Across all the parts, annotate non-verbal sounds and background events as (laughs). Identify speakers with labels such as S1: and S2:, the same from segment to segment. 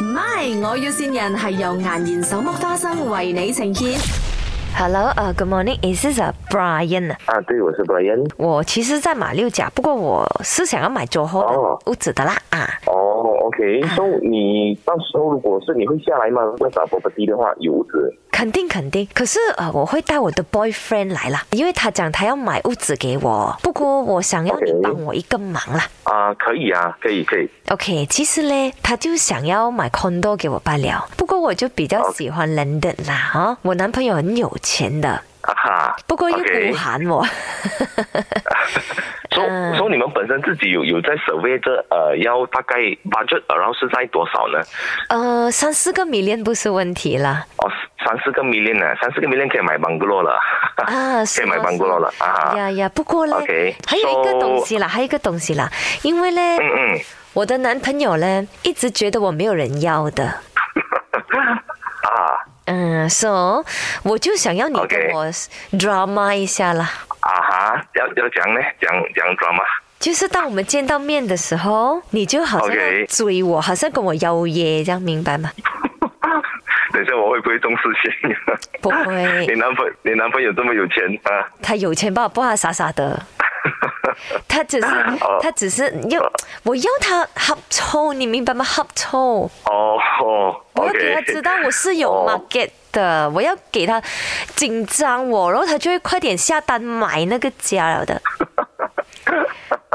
S1: MY，我要線人係由顏然手剝花生為你呈現。
S2: Hello，呃、g o o d morning，is this a Brian？
S3: 啊，对，我是 Brian。
S2: 我其实，在马六甲，不过我是想要买卓后
S3: 哦
S2: 的屋子的啦啊。
S3: 哦，OK，所以你到时候如果是你会下来吗？如果找 property 的话，有屋子。
S2: 肯定肯定，可是呃，我会带我的 boyfriend 来啦，因为他讲他要买屋子给我，不过我想要
S3: OK
S2: 你帮我一个忙啦。
S3: 啊，可以啊，可以，可以。
S2: OK，其实呢，他就想要买 condo 给我罢了，不过我就比较
S3: OK
S2: 喜欢 London 啦啊，我男朋友很有钱的，
S3: 啊哈。
S2: 不过又
S3: OK
S2: 孤寒我。 (laughs)
S3: 所
S2: 嗯
S3: 以所以你们本身自己有有在 survey 这呃，要大概 budget around 是在多少呢？
S2: 呃，三四个 million 不是问题啦。
S3: 哦，三四个 million 呢、三四个 million 可以买 bungalow 了。
S2: 啊，是
S3: 可以买
S2: 咯是
S3: bungalow 了啊。
S2: 呀呀，不过呢
S3: OK，
S2: 还有一个
S3: so-
S2: 东西啦，还有一个东西啦，因为呢，
S3: (laughs) 嗯嗯。
S2: 我的男朋友呢一直觉得我没有人要的，
S3: (laughs) 啊
S2: 嗯，so 我就想要你跟
S3: OK
S2: 我 drama 一下啦。
S3: 啊哈，要要讲呢，讲讲 drama。
S2: 就是当我们见到面的时候，你就好像要
S3: OK
S2: 追我好像跟我邀约这样，明白吗？
S3: 等一下我会不会中视线？ (laughs)
S2: 不会
S3: 你男朋你男朋友这么有钱啊？
S2: 他有钱吧，不过他傻傻
S3: (laughs)
S2: 的，他只是
S3: 哦
S2: 他只是要我要他呷醋，你明白吗？呷醋。
S3: 哦哦
S2: 我要
S3: ，OK，
S2: 给他知道我是有
S3: 哦
S2: market 的，我要给他紧张我，然后他就会快点下单买那个家了的。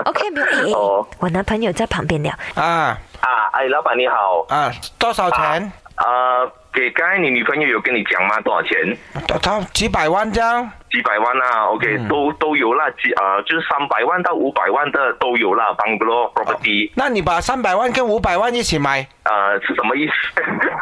S2: OK，没有，哎哎
S3: 哦
S2: 我男朋友在旁边了，
S4: 啊
S3: 啊，哎，老板你好，
S4: 啊，多少钱？
S3: 呃，给刚才你女朋友有跟你讲吗？多少钱？
S4: 他他几百万这样？
S3: 几百万啊，OK，、都
S4: 嗯
S3: 都有啦，几呃，就是三百万到五百万的都有啦，bungalow property，、
S4: 那你把三百万跟五百万一起买，
S3: 呃，是什么意思？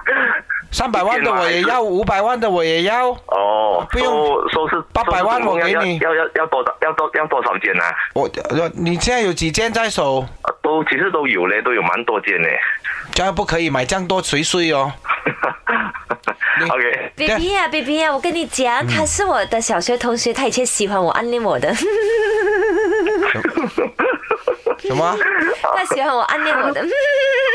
S4: (laughs) 三百万的我也要，五百万的我也要。
S3: (laughs) 哦，
S4: 不用
S3: 收收是
S4: 800万
S3: 收是
S4: 我给
S3: 要
S4: 你
S3: 要要要多少要多要多少间啊？
S4: 我我你现在有几间在手？
S3: 呃都其实都有嘞，都有蛮多间嘞。 (laughs)
S4: 这样不可以买，这样多谁睡哦？你
S3: OK，
S2: baby 啊，baby 啊，我跟你讲，
S3: 嗯
S2: 他是我的小学同学，他以前喜欢我，暗恋
S3: (laughs)
S2: 我的，
S4: 什么？
S2: 他喜欢我，暗恋我的，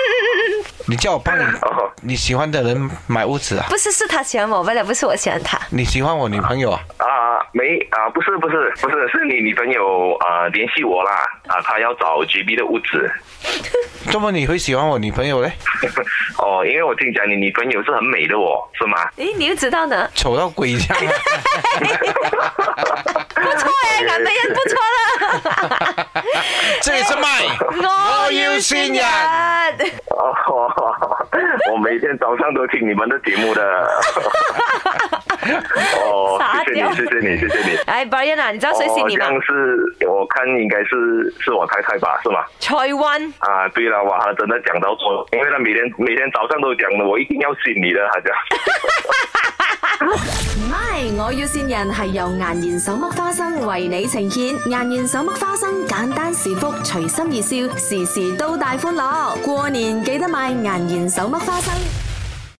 S2: (laughs)
S4: 你叫我帮你
S3: 哦，
S4: 你喜欢的人买屋子啊？
S2: 不是是他喜欢我，不了，不是我喜欢他。
S4: 你喜欢我女朋友啊？
S3: 啊，没啊，不是不是不是，是你女朋友啊、联系我啦，啊，她要找 GB 的屋子。
S4: 怎么你会喜欢我女朋友嘞？
S3: 哦，因为我听讲你女朋友是很美的哦，是吗？
S2: 诶，你又知道呢？
S4: 丑到鬼这样啊！ (laughs)
S2: 不错 (laughs) 诶，男朋友不错啦。
S4: 这里是卖，
S2: (laughs) 我
S4: 要先人。
S3: 哦， (laughs) 我每天早上都听你们的节目的。哦，
S2: 傻
S3: 谢谢
S2: 屌
S3: 你，谢谢你，
S2: (laughs)
S3: 谢谢你。
S2: (laughs) 哎，Brian 啊，你知道谁喜
S3: 哦，
S2: 你
S3: 这
S2: 吗？
S3: 样是我看应该是是我太太吧，是吗？
S2: 台湾。
S3: 啊，对了，哇，他真的讲到错，因为他每天每天早上都讲的，我一定要信你的，他讲。
S1: MY，我要線人係由顏然手剝花生為你呈現。顏然手剝花生，簡單是福，隨心而笑，時時都大歡樂。過年記得買顏然手剝花生。